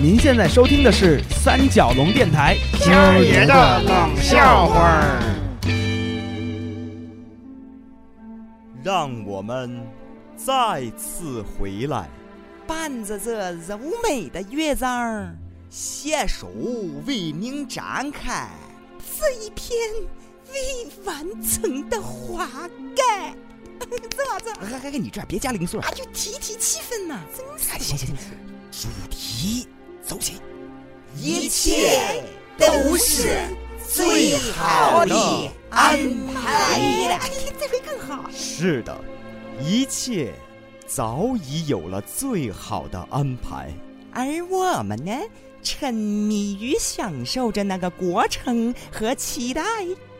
您现在收听的是三角龙电台。星儿爷的冷笑话儿。让我们再次回来，伴着这柔美的乐章儿，携手为您展开这一片未完成的滑盖。这咋这？哎哎哎，你这别加零碎儿，哎呦，提提气氛呐、真是哎行行行，主题走起，一切都是最好的安排呀！哎呀，这回更好。是的，一切早已有了最好的安排。而我们呢，沉迷于享受着那个过程和期待。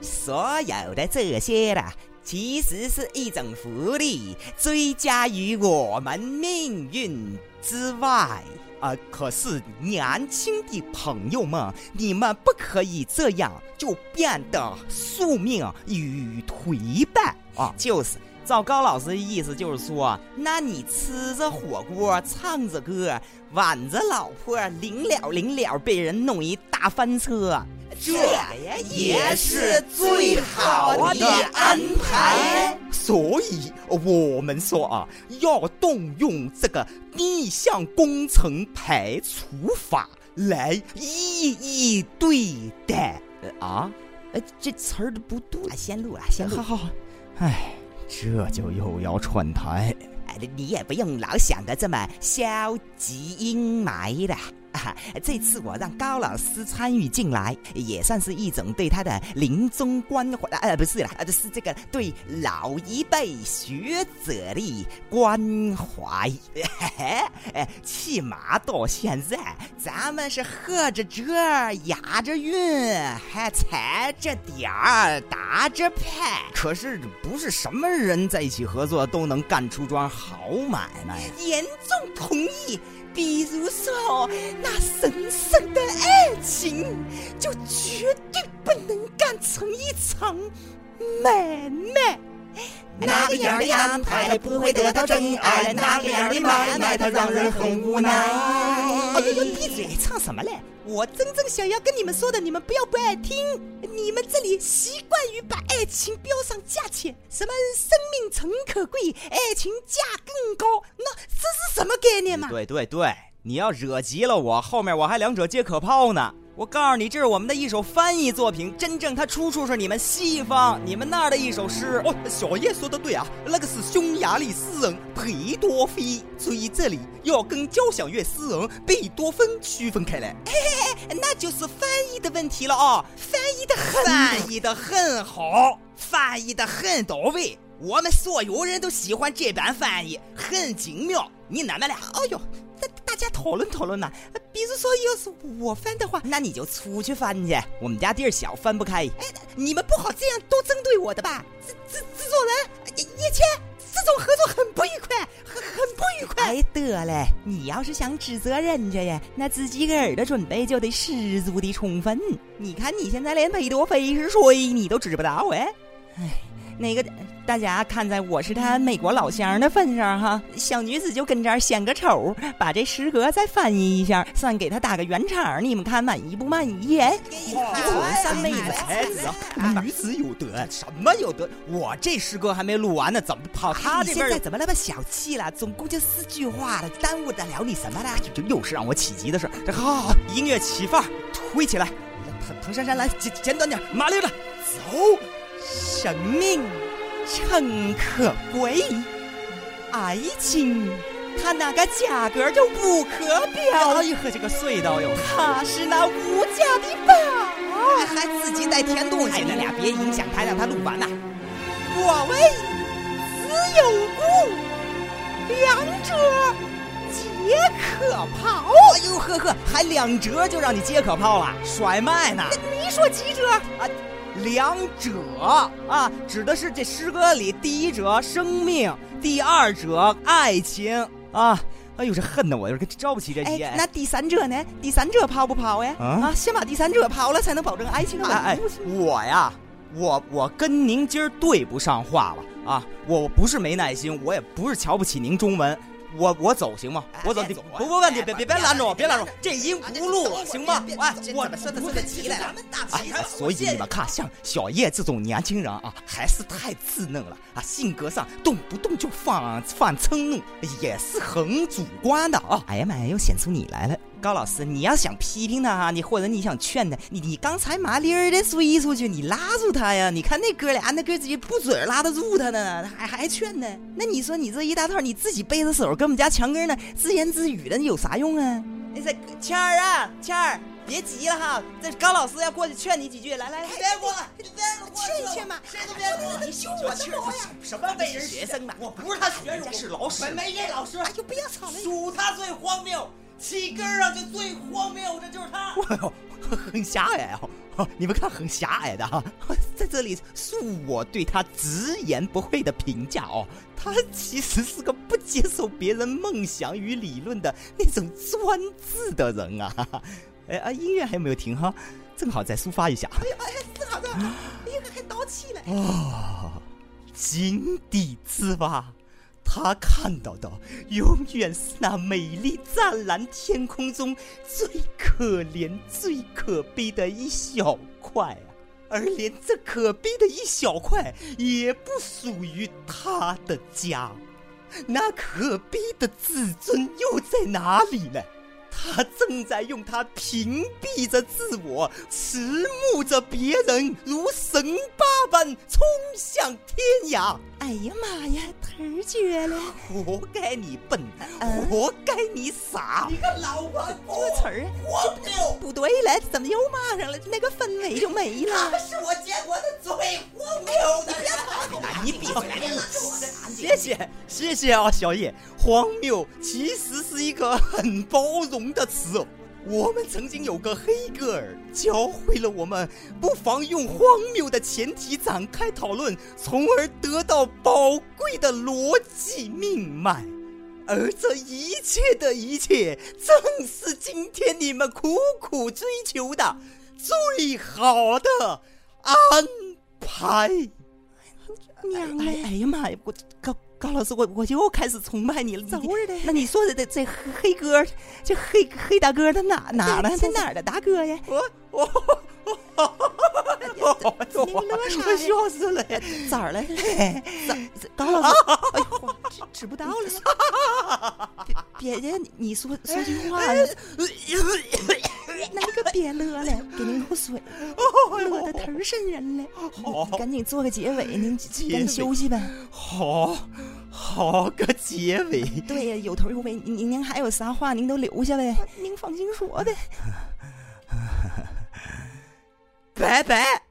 所有的这些啦，其实是一种福利，追加于我们命运之外。啊！可是年轻的朋友们，你们不可以这样就变得宿命与颓败啊！就是，照高老师的意思就是说，那你吃着火锅，唱着歌，挽着老婆，临了临了被人弄一大翻车，这也是最好的安排。所以我们说啊，要动用这个逆向工程排除法来一一对待呃啊！哎，这词儿不对，先啊录了，先录。好好，哎，这就又要串台。哎你也不用老想的这么消极阴霾了。啊， 这次我让高老师参与进来，也算是一种对他的临终关怀，呃，不是啦，呃是这个对老一辈学者的关怀。 嘿嘿，哎，起码到现在，咱们是喝着啊这儿，押着韵，还踩着点儿，打着拍。可是不是什么人在一起合作都能干出桩好买卖呀？严重同意。比如说，那神圣的爱情，就绝对不能干成一场买卖。哪个样的安排不会得到真爱？哪个样的买卖它让人很无奈？哎呦，闭嘴！唱什么嘞？我真正想要跟你们说的，你们不要不爱听。你们这里习惯于把爱情标上价钱，什么生命诚可贵，爱情价更高，那这是什么概念嘛？对对对，你要惹急了我，后面我还两者皆可抛呢。我告诉你，这是我们的一首翻译作品，真正它出处是你们西方、你们那儿的一首诗。哦，小叶说的对啊，那个是匈牙利诗人裴多菲，所以这里要跟交响乐诗人贝多芬区分开来。那就是翻译的问题了哦啊、翻译的很，翻译的很好，翻译的很到位，我们所有人都喜欢这般翻译，很精妙。你哪们俩？哎呦，大大家讨论讨论呐、呃比如说，要是我翻的话，那你就出去翻去，我们家地儿小，翻不开。哎，你们不好这样都针对我的吧？制制制作人呃叶谦，这种合作很不愉快，很很不愉快。哎，得嘞，你要是想指责人家呀，那自己个儿的准备就得十足的充分。你看你现在连裴多菲是谁你都知不道哎。那个大家看在我是他美国老乡的份上哈，小女子就跟这儿显个丑，把这诗歌再翻译一下，算给他打个圆场，你们看满意不满意？哎，三妹子，才子啊，女子有德，什么有德？我这诗歌还没录完呢，怎么跑他哎这你边现儿在？怎么那么小气了？总共就四句话了，耽误得了你什么了？这又是让我起急的事儿。这好好好，音乐起范儿，推起来。唐唐珊珊来，简简短点，麻利了，走。生命诚可贵，爱情它那个价格就无可哎表，呦呵，这个隧道哟，它是那无价的宝。哎还自己带填东西。你俩别影响他，让他录完呐。我为子有故，两者皆可抛。哎呦呵呵，还两折就让你接可炮了，甩卖呢？啊你说几者？两者啊，指的是这诗歌里第一者生命，第二者爱情啊。哎呦，这恨的我就是招不起这急。哎，那第三者呢？第三者抛不抛呀？啊啊，先把第三者抛了，才能保证爱情的哎稳哎固性。，我呀，我我跟您今儿对不上话了啊！我我不是没耐心，我也不是瞧不起您中文，我我走行吗？我哎走，你走啊不不不，你哎别别别别拦拦着着我，我别拦着别拦我着，这一轱哎辘你行吗别？哎，这我怎么说的我这么急了咱们大哎呀啊所以你们看，像小叶这种年轻人啊，还是太稚嫩了啊，性格上动不动就放犯嗔怒，也是很主观的啊。哎呀妈呀，又显出你来了，高老师，你要想批评他啊，你或者你想劝他，你你刚才麻利儿的追出去，你拉住他呀？你看那哥俩，啊那哥自己不准拉得住他呢，还还劝呢。那你说你这一大套，你自己背着手跟我们家强哥呢自言自语的，你有啥用啊？那个谦儿啊，谦儿，别急了哈，这高老师要过去劝你几句，来来来，别过来，别过劝一劝嘛谁都别过来，你羞我去的毛呀什么为人学生呢？我不是他学生，我是老师，没这老师，哎呦，不要吵了！数他最荒谬，起根儿上就最荒谬，这就是他。哇，很狭隘哦， 你们看很狭隘的啊， 在这里是我对他直言不讳的评价哦，他其实是个不接受别人梦想与理论的那种专制的人啊。 哎啊，音乐还有没有停哈？正好再抒发一下。正好正好，哎呀，还倒气了。啊井底之蛙，他看到的永远是那美丽湛蓝天空中最可怜、最可悲的一小块啊，而连这可悲的一小块也不属于他的家。那可悲的自尊又在哪里呢？他正在用它屏蔽着自我，迟暮着别人，如神八般冲向天涯。哎呀妈呀，忒绝了！活该你笨，活该你傻！嗯你个老顽这个词儿啊，荒谬！不对了，怎么又骂上了？那个氛围就没了。是我见过的最荒谬的人！你闭嘴！谢谢谢谢啊，小野，荒谬其实是一个很包容的词哦。我们曾经有个黑格尔教会了我们，不妨用荒谬的前提展开讨论，从而得到宝贵的逻辑命脉。而这一切的一切，正是今天你们苦苦追求的最好的安排。娘哎嘞，哎呀妈呀！我高高老师，我我又开始崇拜你了。走你着的。那你说的这这黑哥，这黑黑大哥他哪哪儿呢？这哪儿的大哥呀？我我我你乐啥呀我笑死了！咋了？咋高老师，哎呦，指指不到了。别别你你说说句话哎呀，那你可别乐了，给您口水，乐的忒瘆人了。哎好赶紧做个结尾，您结尾紧休息呗。好好个结尾。对呀，有头有尾，您您您还有啥话您都留下呗，您放心说呗。拜拜。